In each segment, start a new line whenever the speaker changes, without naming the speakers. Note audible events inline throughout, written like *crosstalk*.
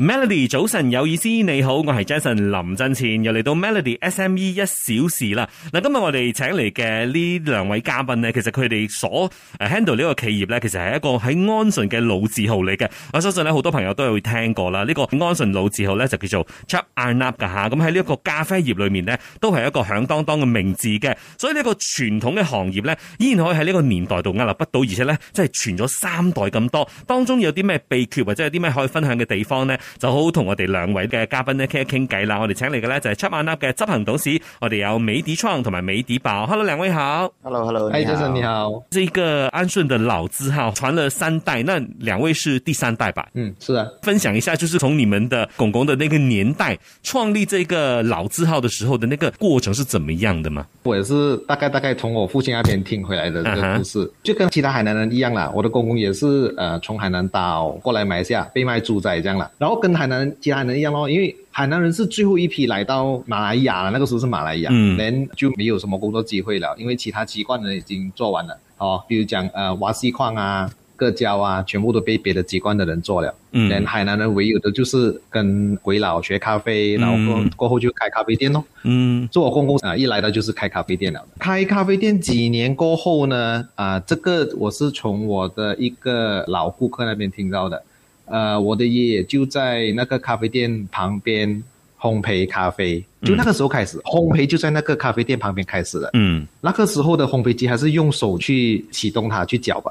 Melody 早晨有意思，你好，我係 Jason 林振前，又嚟到 Melody SME 一小時啦。嗱，今日我哋請嚟嘅呢兩位嘉賓呢，其實佢哋所誒 handle 呢個企業呢，其實係一個喺安順嘅老字號嚟嘅。我相信呢，好多朋友都會聽過啦。呢、個安順老字號呢，就叫做 Chap Arnab 㗎吓。咁喺呢一個咖啡業裏面呢，都係一個響當當嘅名字嘅。所以呢個傳統嘅行業呢，依然可以喺呢個年代度屹立不倒，而且呢，即係傳咗三代咁多。當中有啲咩秘訣或者有啲咩可以分享嘅地方呢？就好好同我哋兩位嘅嘉賓呢傾一傾偈啦。我哋請嚟嘅呢就係 Chap Arnab 嘅執行董事，我哋有美迪創同埋美迪寶。Hello，兩位好。
Hello，Hello，
哎嗨，先生你。好。
这个安順的老字號傳了三代，那兩位是第三代吧？
嗯，是的，
分享一下，就是從你們的公公的那個年代創立這個老字號的時候的那個過程是怎麼樣的嘛？
我也是大概大概从我父亲那边听回来的这
啊哈
个故事就跟其他海南人一样啦。我的公公也是呃从海南岛过来马来西亚被卖猪仔这样啦，然后跟海南人其他海南人一样咯，因为海南人是最后一批来到马来亚了，那个时候是马来亚，
嗯
人就没有什么工作机会了，因为其他籍贯的人已经做完了哦，比如讲呃瓦西矿啊、各礁啊，全部都被别的籍贯的人做了。
嗯
人海南人唯有的就是跟鬼佬学咖啡，然后过
嗯
过后就开咖啡店咯。
嗯
做我公公啊、呃一来到就是开咖啡店了。开咖啡店几年过后呢，啊、这个我是从我的一个老顾客那边听到的，呃，我的爷爷就在那个咖啡店旁边烘焙咖啡，就那个时候开始、烘焙就在那个咖啡店旁边开始的。
嗯
那个时候的烘焙机还是用手去启动它去搅吧，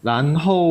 然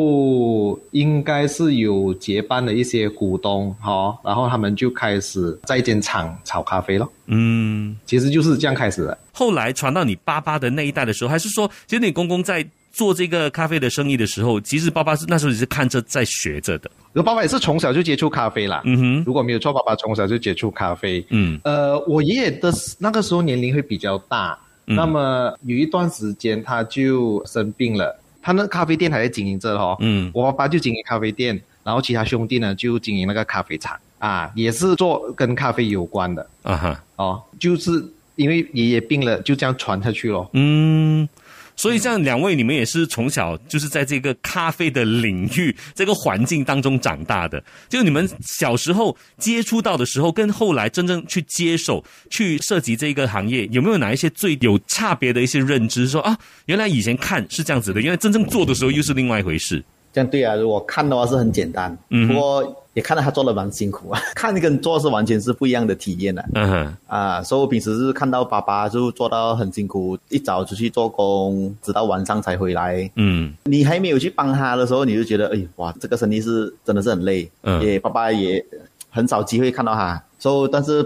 后应该是有结伴的一些股东哈、哦，然后他们就开始在一间厂炒咖啡咯，
嗯。
其实就是这样开始的。
後來傳到你爸爸的那一代的時候，還是說，其實你公公在做這個咖啡的生意的時候，其實爸爸是那時候也是看着在学着的。
我爸爸也是从小就接触咖啡啦，
嗯哼，
如果没有错，爸爸从小就接触咖啡。
嗯。
呃，我爷爷的那个时候年龄会比较大，
嗯
那么有一段时间他就生病了，他那咖啡店还在经营着哦。
嗯
我爸爸就经营咖啡店，然后其他兄弟呢就经营那个咖啡厂啊，也是做跟咖啡有关的
啊哈，
哦，就是因为爷爷病了，就这样传下去咯。
嗯，所以这样两位你们也是从小就是在这个咖啡的领域、这个环境当中长大的，就你们小时候接触到的时候，跟后来真正去接手、去涉及这个行业，有没有哪一些最有差别的一些认知？说啊，原来以前看是这样子的，原来真正做的时候又是另外一回事。
这样对啊，如果看的话是很简单，
嗯哼
不过也看到他做的蛮辛苦啊， *laughs* 看跟做是完全是不一样的体验的
嗯哼，
啊。所以我平时是看到爸爸就做到很辛苦，一早出去做工，直到晚上才回来。
嗯
你还没有去帮他的时候，你就觉得，哎，哇，这个生意是真的是很累，
嗯
也爸爸也很少机会看到他。所、so, 但是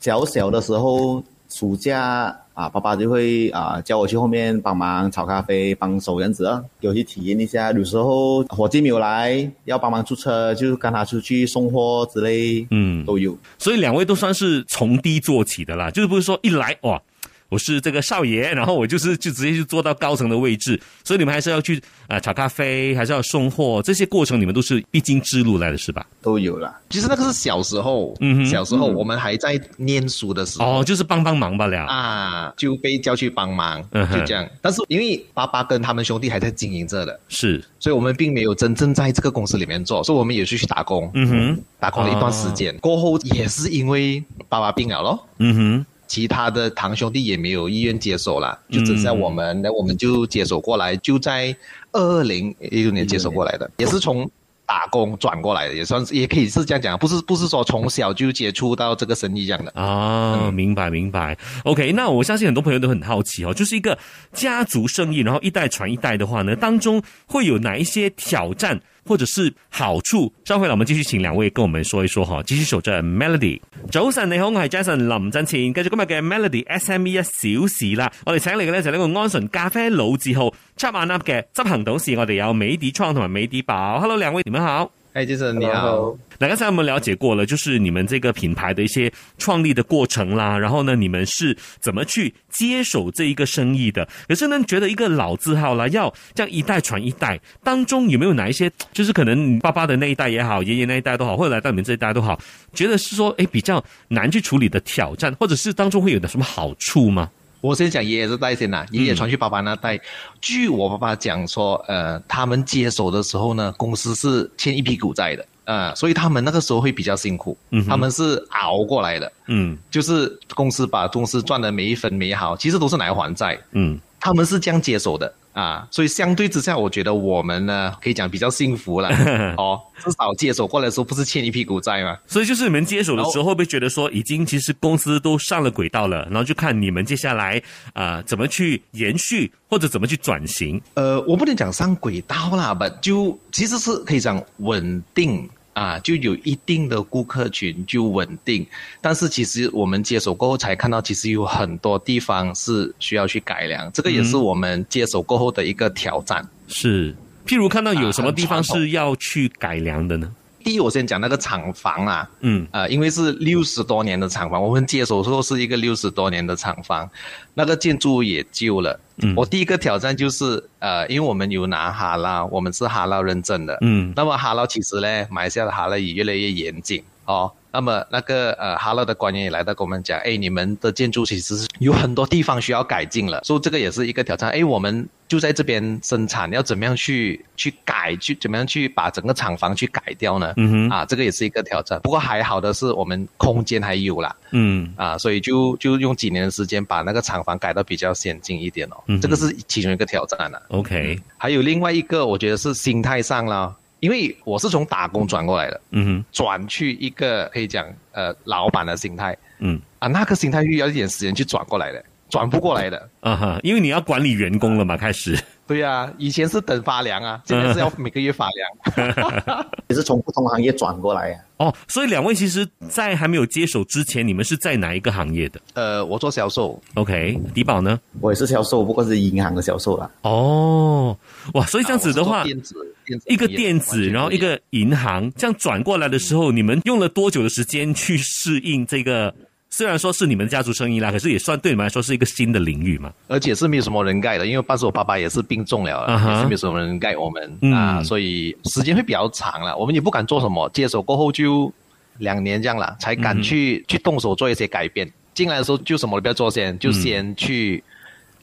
小小的时候，暑假啊，爸爸就会啊叫我去后面帮忙炒咖啡、帮手这样子啊，给我去体验一下。有时候伙计没有来，要帮忙出车，就跟他出去送货之类，
嗯，
都有。
所以两位都算是从低做起的啦，就是不是说一来哇，我是这个少爷，然后我就是就直接就做到高层的位置，所以你们还是要去啊、呃炒咖啡，还是要送货，这些过程你们都是必经之路来的是吧？
都有啦，
其实那个是小时候，
嗯哼
小时候我们还在念书的时候。
哦，就是帮帮忙罢了。
啊，就被叫去帮忙，
嗯哼
就这样。但是因为爸爸跟他们兄弟还在经营着的，
是，
所以我们并没有真正在这个公司里面做，所以我们也是去打工，
嗯哼，啊
打工了一段时间。过后也是因为爸爸病了咯，
嗯哼，
其他的堂兄弟也没有意愿接手啦，就只剩下
嗯
我们，那、我们就接手过来，就在二二零一六年接手过来
嗯
的，也是从。打工转过来的，也算是也可以是这样讲，不是不是说从小就接触到这个生意这样的。
哦，明白明白。OK，那我相信很多朋友都很好奇哦，就是一个家族生意，然后一代传一代的话呢，当中会有哪一些挑战或者是好处？稍回来我们继续请两位跟我们说一说哈。继续守着 Melody，早晨你好，我系 Jason 林振前，繼續今日嘅 Melody SME 一小時啦。我哋請嚟嘅咧就係呢個安順咖啡老字號 Chap a n Up 嘅執行董事，我哋有美迪創同埋美迪寶。Hello，兩位你們好。
哎，先生你
然
好
后。
那刚才我们了解过了，就是你们这个品牌的一些创立的过程啦，然后呢，你们是怎么去接手这一个生意的？可是呢，觉得一个老字号啦，要这样一代传一代，当中有没有哪一些，就是可能你爸爸的那一代也好，爷爷那一代都好，或者来到你们这一代都好，觉得是说，哎，比较难去处理的挑战，或者是当中会有什么好处吗？
我先讲爷爷这代先啦，
嗯
爷爷传去爸爸那代。据我爸爸讲说，呃，他们接手的时候呢，公司是欠一批股债的，呃，所以他们那个时候会比较辛苦，
嗯哼
他们是熬过来的，
嗯
就是公司把公司赚的每一分每一毫，其实都是拿来还债，
嗯
他们是这样接手的啊，所以相对之下，我觉得我们呢可以讲比较幸
*laughs*
福了哦，至少接手过来的时候不是欠一屁股债嘛。
所以就是你们接手的时候，会不会觉得说已经其实公司都上了轨道了，然后就看你们接下来啊、呃怎么去延续或者怎么去转型？
呃，我不能讲上轨道啦，吧，就其实是可以讲稳定啊，就有一定的顾客群就稳定，但是其实我们接手过后才看到，其实有很多地方是需要去改良，这个也是我们接手过后的一个挑战。
是，譬如看到有什么地方
啊很传统
是要去改良的呢？
第一，我先讲那个厂房啦，
嗯
呃，因为是六十多年的厂房，我们接手的时候是一个六十多年的厂房，那个建筑物也旧了。
嗯
我第一个挑战就是，呃，因为我们有拿哈拉，我们是哈拉认证的。
嗯
那么哈拉其实呢，马来西亚的哈拉也越来越严谨哦。那么那个呃哈拉的官员也来到跟我们讲，哎，你们的建筑其实是有很多地方需要改进了，所以这个也是一个挑战。哎，我们就在这边生产，要怎么样去去改，去怎么样去把整个厂房去改掉呢？
嗯哼
啊，这个也是一个挑战。不过还好的是，我们空间还有啦，
嗯
啊，所以就就用几年的时间把那个厂房改到比较先进一点哦。
嗯哼
这个是其中一个挑战啊了、
，OK，
还有另外一个，我觉得是心态上啦，因为我是从打工转过来的，
嗯
转去一个可以讲呃老板的心态
哼嗯
啊，那个心态又要一点时间去转过来的，转不过来的。
啊哈，因为你要管理员工了嘛，开始，
对呀、啊，以前是等发粮啊，现在
嗯
是要每个月发粮。
也是从不同行业转过来啊。
哦，所以两位其实，在还没有接手之前，你们是在哪一个行业的
呃，我做销售，
？OK，迪宝呢？
我也是销售，不过是银行的销售啦。
哦，哇，所以这样子的
啊
话
我是做，电子电子
一个
业
电
完
子，
全
然后
不
一
样
个银行，这样转过来的时候，你们用了多久的时间去适应这个？虽然说是你们家族生意啦，可是也算对你们来说是一个新的领域嘛。
而且是没有什么人盖的，因为当时我爸爸也是病重了
啊哈
也是没有什么人盖我们、
嗯
啊，所以时间会比较长了。我们也不敢做什么，接手过后就两年这样了，才敢
嗯
去、去动手做一些改变。进来的时候就什么都不要做先，就先去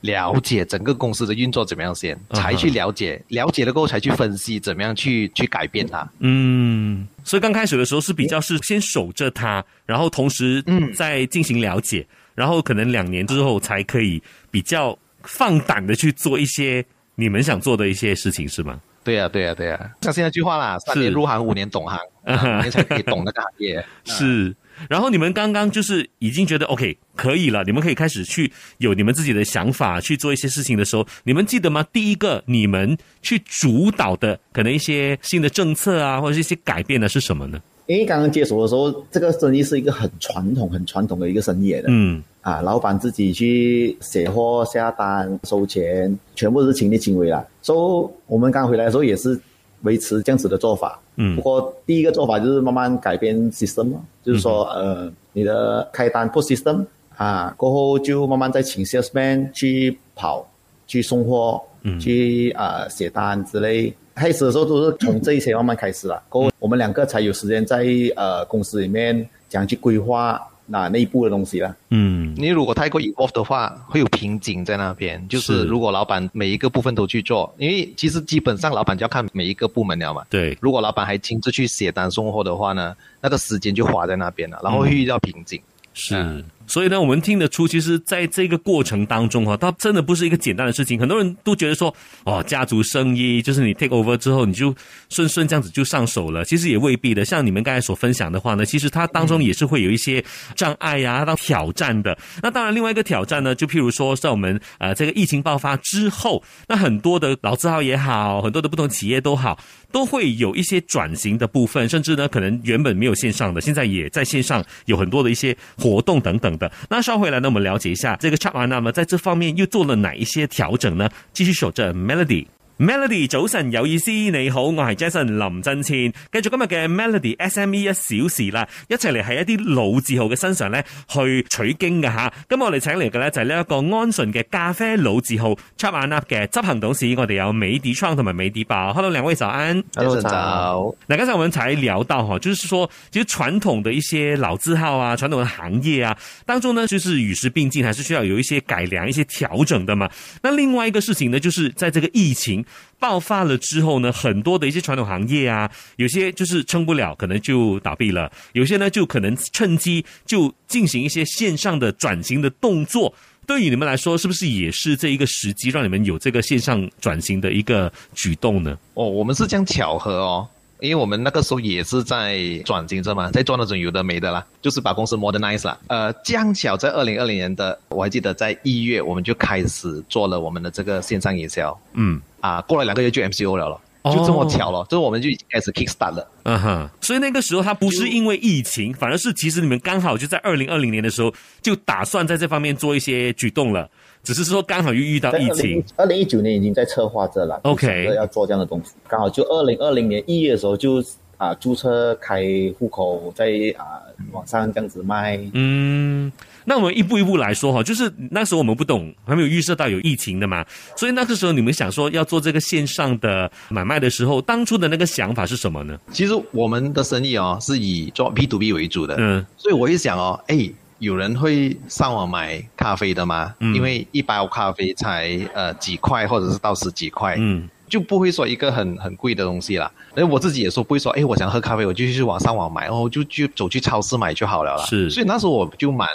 了解整个公司的运作怎么样先，
啊哈
才去了解，了解了过后才去分析怎么样去去改变它。
嗯，所以刚开始的时候是比较是先守着它，然后同时
嗯
再进行了解，然后可能两年之后才可以比较放胆的去做一些你们想做的一些事情，是吗？
对呀、对呀、对呀、像现在句话啦，三年入行，五年懂行，
嗯
啊五年才可以懂那个行业。
是。然后你们刚刚就是已经觉得 OK 可以了，你们可以开始去有你们自己的想法去做一些事情的时候，你们记得吗？第一个你们去主导的可能一些新的政策啊，或者是一些改变的是什么呢？
因为刚刚接手的时候，这个生意是一个很传统、很传统的一个生意来的。
嗯
啊，老板自己去写货、下单、收钱，全部都是亲力亲为啦。所、以我们刚回来的时候也是维持这样子的做法。
嗯
不过第一个做法就是慢慢改变 system 咯，就是说、
嗯
呃，你的开单 put system 啊，过后就慢慢再请 salesman 去跑、去送货、
嗯
去啊、呃写单之类。开始的时候都是从这一些慢慢开始
嗯
啦，过后我们两个才有时间在呃公司里面怎样去规划那内部的东西啦。
嗯
你如果太过 involve 的话，会有瓶颈在那边。就是
是
如果老板每一个部分都去做，因为其实基本上老板就要看每一个部门了嘛。
对，
如果老板还亲自去写单送货的话呢，那个时间就花在那边了，然后会遇到瓶颈。
是。嗯所以呢，我们听得出，其实在这个过程当中哈、它真的不是一个简单的事情。很多人都觉得说，哦，家族生意就是你 take over 之后，你就顺顺这样子就上手了，其实也未必的。像你们刚才所分享的话呢，其实它当中也是会有一些障碍呀、当挑战的。那当然，另外一个挑战呢，就譬如说，在我们呃这个疫情爆发之后，那很多的老字号也好，很多的不同企业都好，都会有一些转型的部分，甚至呢，可能原本没有线上的，现在也在线上有很多的一些活动等等的。那稍回来呢，我们了解一下这个 c h a p m a n 那么在这方面又做了哪一些调整呢？继续守着 Melody。Melody 早晨有意思，你好，我系 Jason 林振千，继續今日嘅 Melody SME 一小時啦，一齊嚟喺一啲老字號嘅身上咧去取經嘅吓。咁我哋請嚟嘅咧就係呢一個安順嘅咖啡老字號 c h a p a n Up 嘅執行董事，我哋有美迪创同埋美迪吧。Hello，两位早安。
Hello，
早早，
那刚才我们才聊到哈，就是说，其实传统的一些老字号啊，传统的行业啊，当中呢，就是与时并进，还是需要有一些改良、一些调整的嘛。那另外一个事情呢，就是在这个疫情情爆发了之后呢，很多的一些传统行业啊，有些就是撑不了，可能就倒闭了；有些呢，就可能趁机就进行一些线上的转型的动作。对于你们来说，是不是也是这一个时机，让你们有这个线上转型的一个举动呢？
哦，我们是这样巧合哦，因为我们那个时候也是在转型着嘛，在做那种有的没的啦，就是把公司 modernize 啦。呃，这样巧在二零二零年的，我还记得在一月我们就开始做了我们的这个线上营销
嗯，
啊，过了两个月就 MCO 了咯，
哦
就这么巧了，就是我们就已经开始 kickstart 了。
嗯哼，所以那个时候它不是因为疫情，反而是其实你们刚好就在二零二零年的时候就打算在这方面做一些举动了，只是说刚好又遇到
在
疫情。
二零一九年已经在策划这了
OK
就想着要做这样的东西，刚好就二零二零年一月的时候就啊注册开户口，在啊网上这样子卖，
嗯，那我们一步一步来说哈，就是那时候我们不懂，还没有预设到有疫情的嘛，所以那个时候你们想说要做这个线上的买卖的时候，当初的那个想法是什么呢？
其实我们的生意哦是以做 B to B 为主的，
嗯
所以我一想哦，哎，有人会上网买咖啡的吗？
嗯
因为一包咖啡才呃几块，或者是到十几块，
嗯
就不会说一个很很贵的东西啦。然后我自己也说不会说，哎，我想喝咖啡，我就去网上网买，哦，就就走去超市买就好了啦。
是
所以那时候我就蛮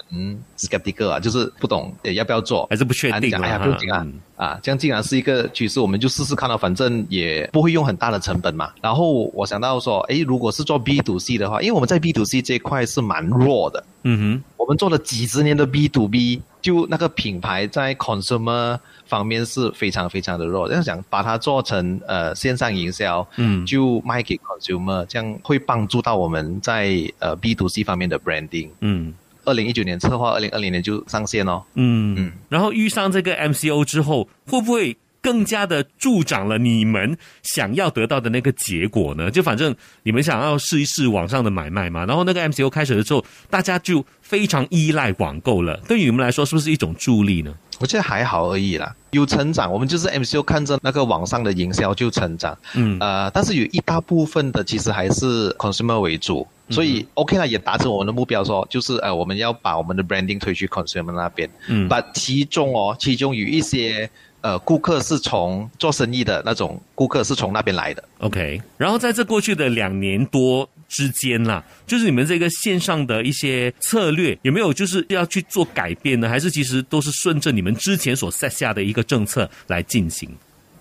skeptical 啊，就是不懂呃要不要做，
还是不确定
啊
啦
哎呀，
哈
不用紧啊，
嗯
啊，这样竟然是一个趋势，我们就试试看了，反正也不会用很大的成本嘛。然后我想到说，诶，如果是做 B to C 的话，因为我们在 B to C 这一块是蛮弱的，
嗯
我们做了几十年的 B to B，就那个品牌在 consumer 方面是非常非常的弱。这样想把它做成呃线上营销，
嗯
就卖给 consumer，这样会帮助到我们在呃 B to C 方面的 branding。
哼嗯
二零一九年策划，二零二零年就上线哦。
嗯
嗯
然后遇上这个 MCO 之后，会不会更加的助长了你们想要得到的那个结果呢？就反正你们想要试一试网上的买卖嘛，然后那个 MCO 开始的时候，大家就非常依赖网购了。对于你们来说，是不是一种助力呢？
我觉得还好而已啦，有成长。我们就是 MCU 看着那个网上的营销就成长，
嗯
呃，但是有一大部分的其实还是 consumer 为主，
嗯
所以 OK 啦，也达成我们的目标说，就是呃，我们要把我们的 branding 推去 consumer 那边。
嗯
把其中哦，其中有一些呃顾客是从做生意的那种顾客是从那边来的。
OK，然后在这过去的两年多之间啦，就是你们这个线上的一些策略有没有就是要去做改变呢？还是其实都是顺着你们之前所 set 下的一个政策来进行？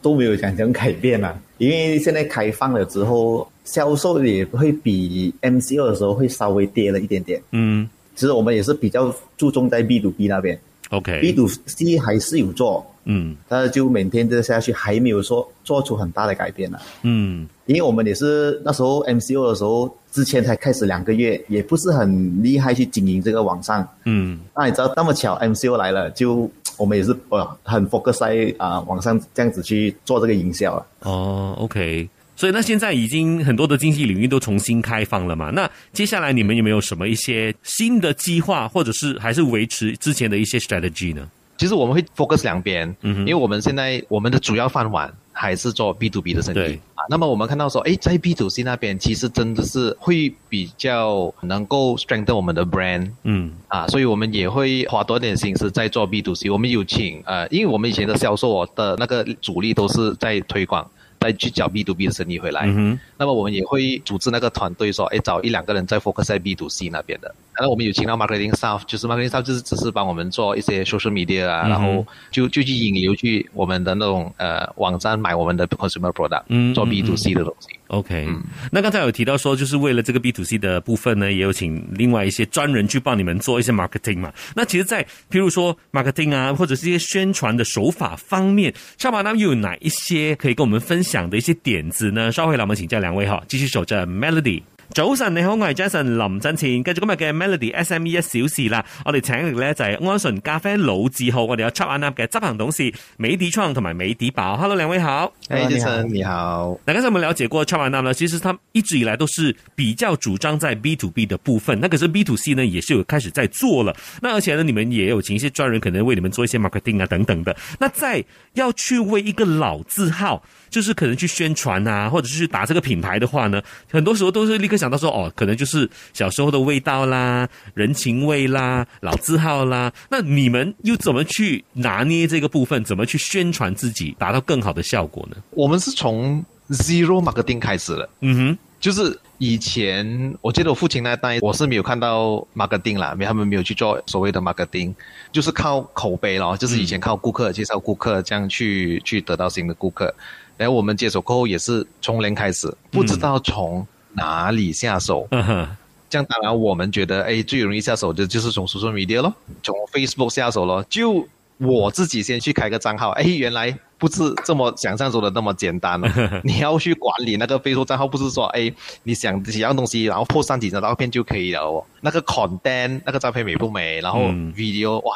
都没有想想改变啊，因为现在开放了之后，销售也会比 MCO 的时候会稍微跌了一点点。
嗯
其实我们也是比较注重在 B to B 那边
，OK，
，B to C 还是有做，
嗯
但是就每天这下去还没有说做出很大的改变啊。
嗯
因为我们也是那时候 MCO 的时候，之前才开始两个月，也不是很厉害去经营这个网上。
嗯
那你知道那么巧 MCO 来了，就我们也是呃很 focus 在啊、网上这样子去做这个营销啊。
哦，OK。所以那现在已经很多的经济领域都重新开放了嘛？那接下来你们有没有什么一些新的计划，或者是还是维持之前的一些 strategy 呢？
其实我们会 focus 两边，
嗯哼
因为我们现在我们的主要饭碗还是做 B to B 的生
对
意啊。那么我们看到说，诶，在 B to C 那边其实真的是会比较能够 strengthen 我们的 brand
嗯
啊，所以我们也会花多点心思在做 B to C。我们有请呃，因为我们以前的销售哦的那个主力都是在推广，在去找 B to B 的生意回来。
嗯哼
那么我们也会组织那个团队说，哎，找一两个人在 focus 在 B to C 那边的。然后我们有请到 marketing staff，就是 marketing staff 就是只是帮我们做一些 social media 啊，
嗯哼
然后就就去引流去我们的那种呃网站买我们的 consumer product，
嗯
做
嗯
B to C 的东西。
，OK。那刚才有提到说，就是为了这个 B to C 的部分呢，也有请另外一些专人去帮你们做一些 marketing 嘛。那其实在，譬如说 marketing 啊，或者是一些宣传的手法方面，沙巴那又有哪一些可以跟我们分享的一些点子呢？稍后回来我们请教两位哈，继续守着 Melody。早晨，你好，我系 Jason 林振前，繼續今日嘅 Melody SME 一小時啦。我哋請嚟咧就係安順咖啡老字號，我哋有 c h u p and Up 嘅執行董事美迪創同埋美迪寶。Hello，兩位啊好。
哎，
Hello，
杰
你好
森你好。
那刚才我们了解过 c h a n a 呢，其实他们一直以来都是比较主张在 B to B 的部分，那可是 B to C 呢也是有开始在做了。那而且呢，你们也有请一些专人，可能为你们做一些 marketing 啊等等的。那在要去为一个老字号，就是可能去宣传啊，或者是去打这个品牌的话呢，很多时候都是一个会想到说，哦，可能就是小时候的味道啦、人情味啦、老字号啦。那你们又怎么去拿捏这个部分？怎么去宣传自己，达到更好的效果呢？
我们是从 zero marketing 开始的，
嗯哼，
就是以前我记得我父亲那一代，我是没有看到 marketing 啦，没他们没有去做所谓的 marketing，就是靠口碑咯，就是以
嗯
前靠顾客介绍顾客，这样去去得到新的顾客。然后我们接手过后也是从零开始，不知道从哪里下手。
嗯哼，
这样当然我们觉得，哎，最容易下手的就是从 social media 咯，从 Facebook 下手咯。就我自己先去开个账号，哎，原来不是这么想象中的那么简单哦。你要去管理那个 Facebook 账号，不是说哎你想几样东西，然后 po 上几张照片就可以了哦。那个 content 那个照片美不美，然后
嗯
video、哇，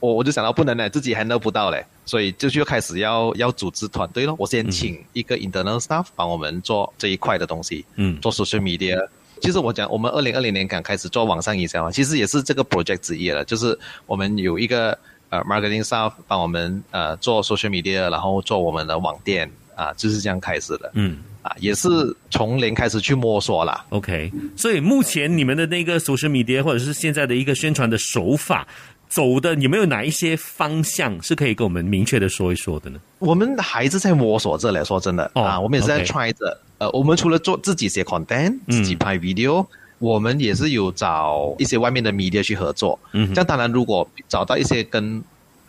我我就想到不能嘞，自己 handle 不到嘞，所以就就开始要要组织团队咯。我先请一个 internal staff 帮我们做这一块的东西。
嗯
做 social media。其实我讲，我们二零二零年刚开始做网上营销啊，其实也是这个 project 之一了，就是我们有一个呃 marketing staff 帮我们呃做 social media，然后做我们的网店啊、就是这样开始的
嗯。
啊，也是从零开始去摸索啦。
OK，所以目前你们的那个 social media 或者是现在的一个宣传的手法，走的有没有哪一些方向是可以跟我们明确的说一说的呢？
我们还是在摸索着嘞，说真的、
哦
啊，我们也是在
OK 嗯
try 着。呃，我们除了做自己写 content，自己拍 video，、我们也是有找一些外面的 media 去合作。
嗯哼
这样当然，如果找到一些跟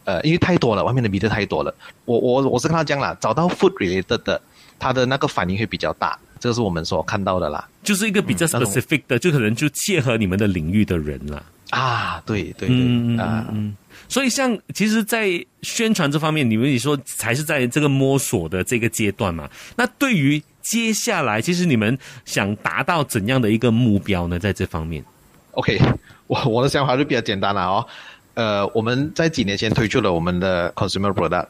呃，因为太多了，外面的 media 太多了，我我我是看到这样啦，找到 food related 的，它的那个反应会比较大，这个是我们所看到的啦。
就是一个比较
那种
specific 的，就可能就切合你们的领域的人啦。
啊，对对对，
嗯嗯
啊
嗯，嗯。所以像其实，在宣传这方面，你们你说才是在这个摸索的这个阶段嘛？那对于接下来，其实你们想达到怎样的一个目标呢？在这方面，
OK，我 *laughs* 我的想法就比较简单了哦。呃，我们在几年前推出了我们的 consumer product。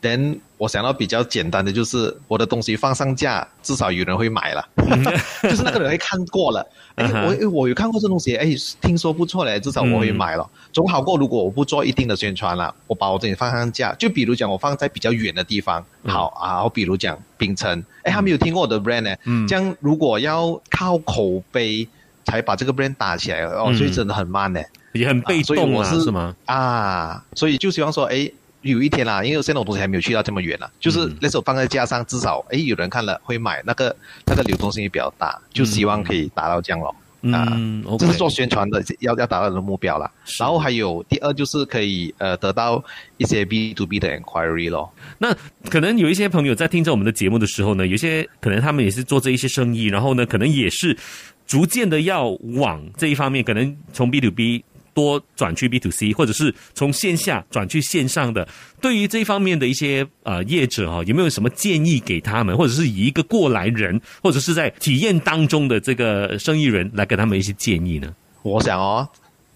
then 我想到比较简单的就是我的东西放上架，至少有人会买了， *laughs* 就是那个人会看过了。哎
嗯，哼嗯
我哎我有看过这东西，哎，听说不错嘞，至少我会买了，总好过如果我不做一定的宣传了，我把我东西放上架，就比如讲我放在比较远的地方，
嗯
好啊，我比如讲槟城，哎，他没有听过我的 brand 呢，
嗯
这样如果要靠口碑才把这个 brand 打起来哦，
嗯
所以真的很慢呢。
也很被
啊所以
动
我
啊，
是
是吗？
啊，所以就希望说，哎，有一天啦，因为现在我东西还没有去到这么远啦，就是
嗯
那时候放在架上，至少哎有人看了会买，那个那个流动性也比较大，就希望可以达到这样咯。啊
嗯，OK，
这是做宣传的，要要达到的目标啦。
是
然后还有第二就是可以呃得到一些 B to B 的 inquiry 咯。
那可能有一些朋友在听着我们的节目的时候呢，有些可能他们也是做这一些生意，然后呢，可能也是逐渐的要往这一方面，可能从 B to B 多转去 B to C，或者是从线下转去线上的。对于这一方面的一些呃业者哈、有没有什么建议给他们，或者是以一个过来人，或者是在体验当中的这个生意人来给他们一些建议呢？
我想哦，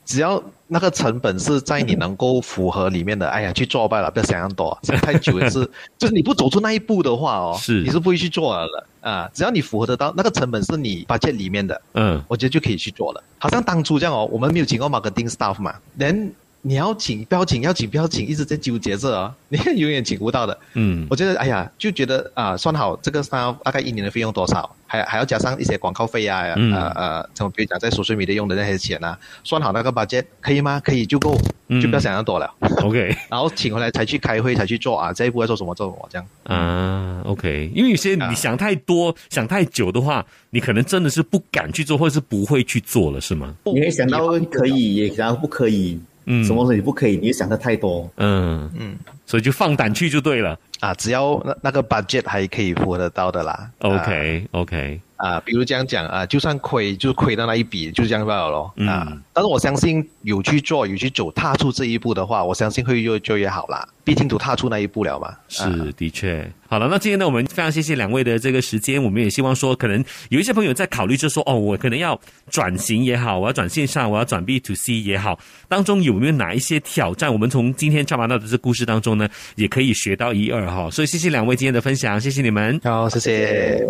只要那个成本是在你能够符合里面的，哎呀，去做罢了，不要想那么多，想太久也是，就是你不走出那一步的话哦，
是
你是不会去做了的啊。只要你符合得到那个成本是你 budget 里面的，
嗯
我觉得就可以去做了。好像当初这样哦，我们没有请过 marketing staff 嘛，连你要请不要请，要请不要请，一直在纠结着哦，你永远请不到的。
嗯
我觉得，哎呀，就觉得啊、算好这个 staff 大概一年的费用多少，还还要加上一些广告费啊，
嗯
呃呃，怎么比如讲在 social media 用的那些钱啊，算好那个 budget 可以吗？可以就够
嗯，
就不要想那么多了。
OK。
然后请回来才去开会，才去做啊，这一步要做什么做什么这样。
啊，OK，因为有些
嗯啊
你想太多、想太久的话，你可能真的是不敢去做，或者是不会去做了，是吗？
哦
你会想到可以，也想到不可以，
嗯
什么东西不可以，你会想的太多。
嗯嗯，所以就放胆去就对了。
啊，只要那那个 budget 还可以符合得到的啦。啊
OK OK，
啊，比如这样讲啊，就算亏，就亏到那一笔，就这样罢了咯。啊，
嗯
但是我相信有去做，有去走，踏出这一步的话，我相信会越做越好啦。毕竟都踏出那一步了嘛。啊
是的确。好了，那今天呢，我们非常谢谢两位的这个时间，我们也希望说，可能有一些朋友在考虑，就说哦，我可能要转型也好，我要转线上，我要转 B to C 也好，当中有没有哪一些挑战？我们从今天赵马纳的这故事当中呢，也可以学到一二哈。所以谢谢两位今天的分享，谢谢你们。
好，谢谢。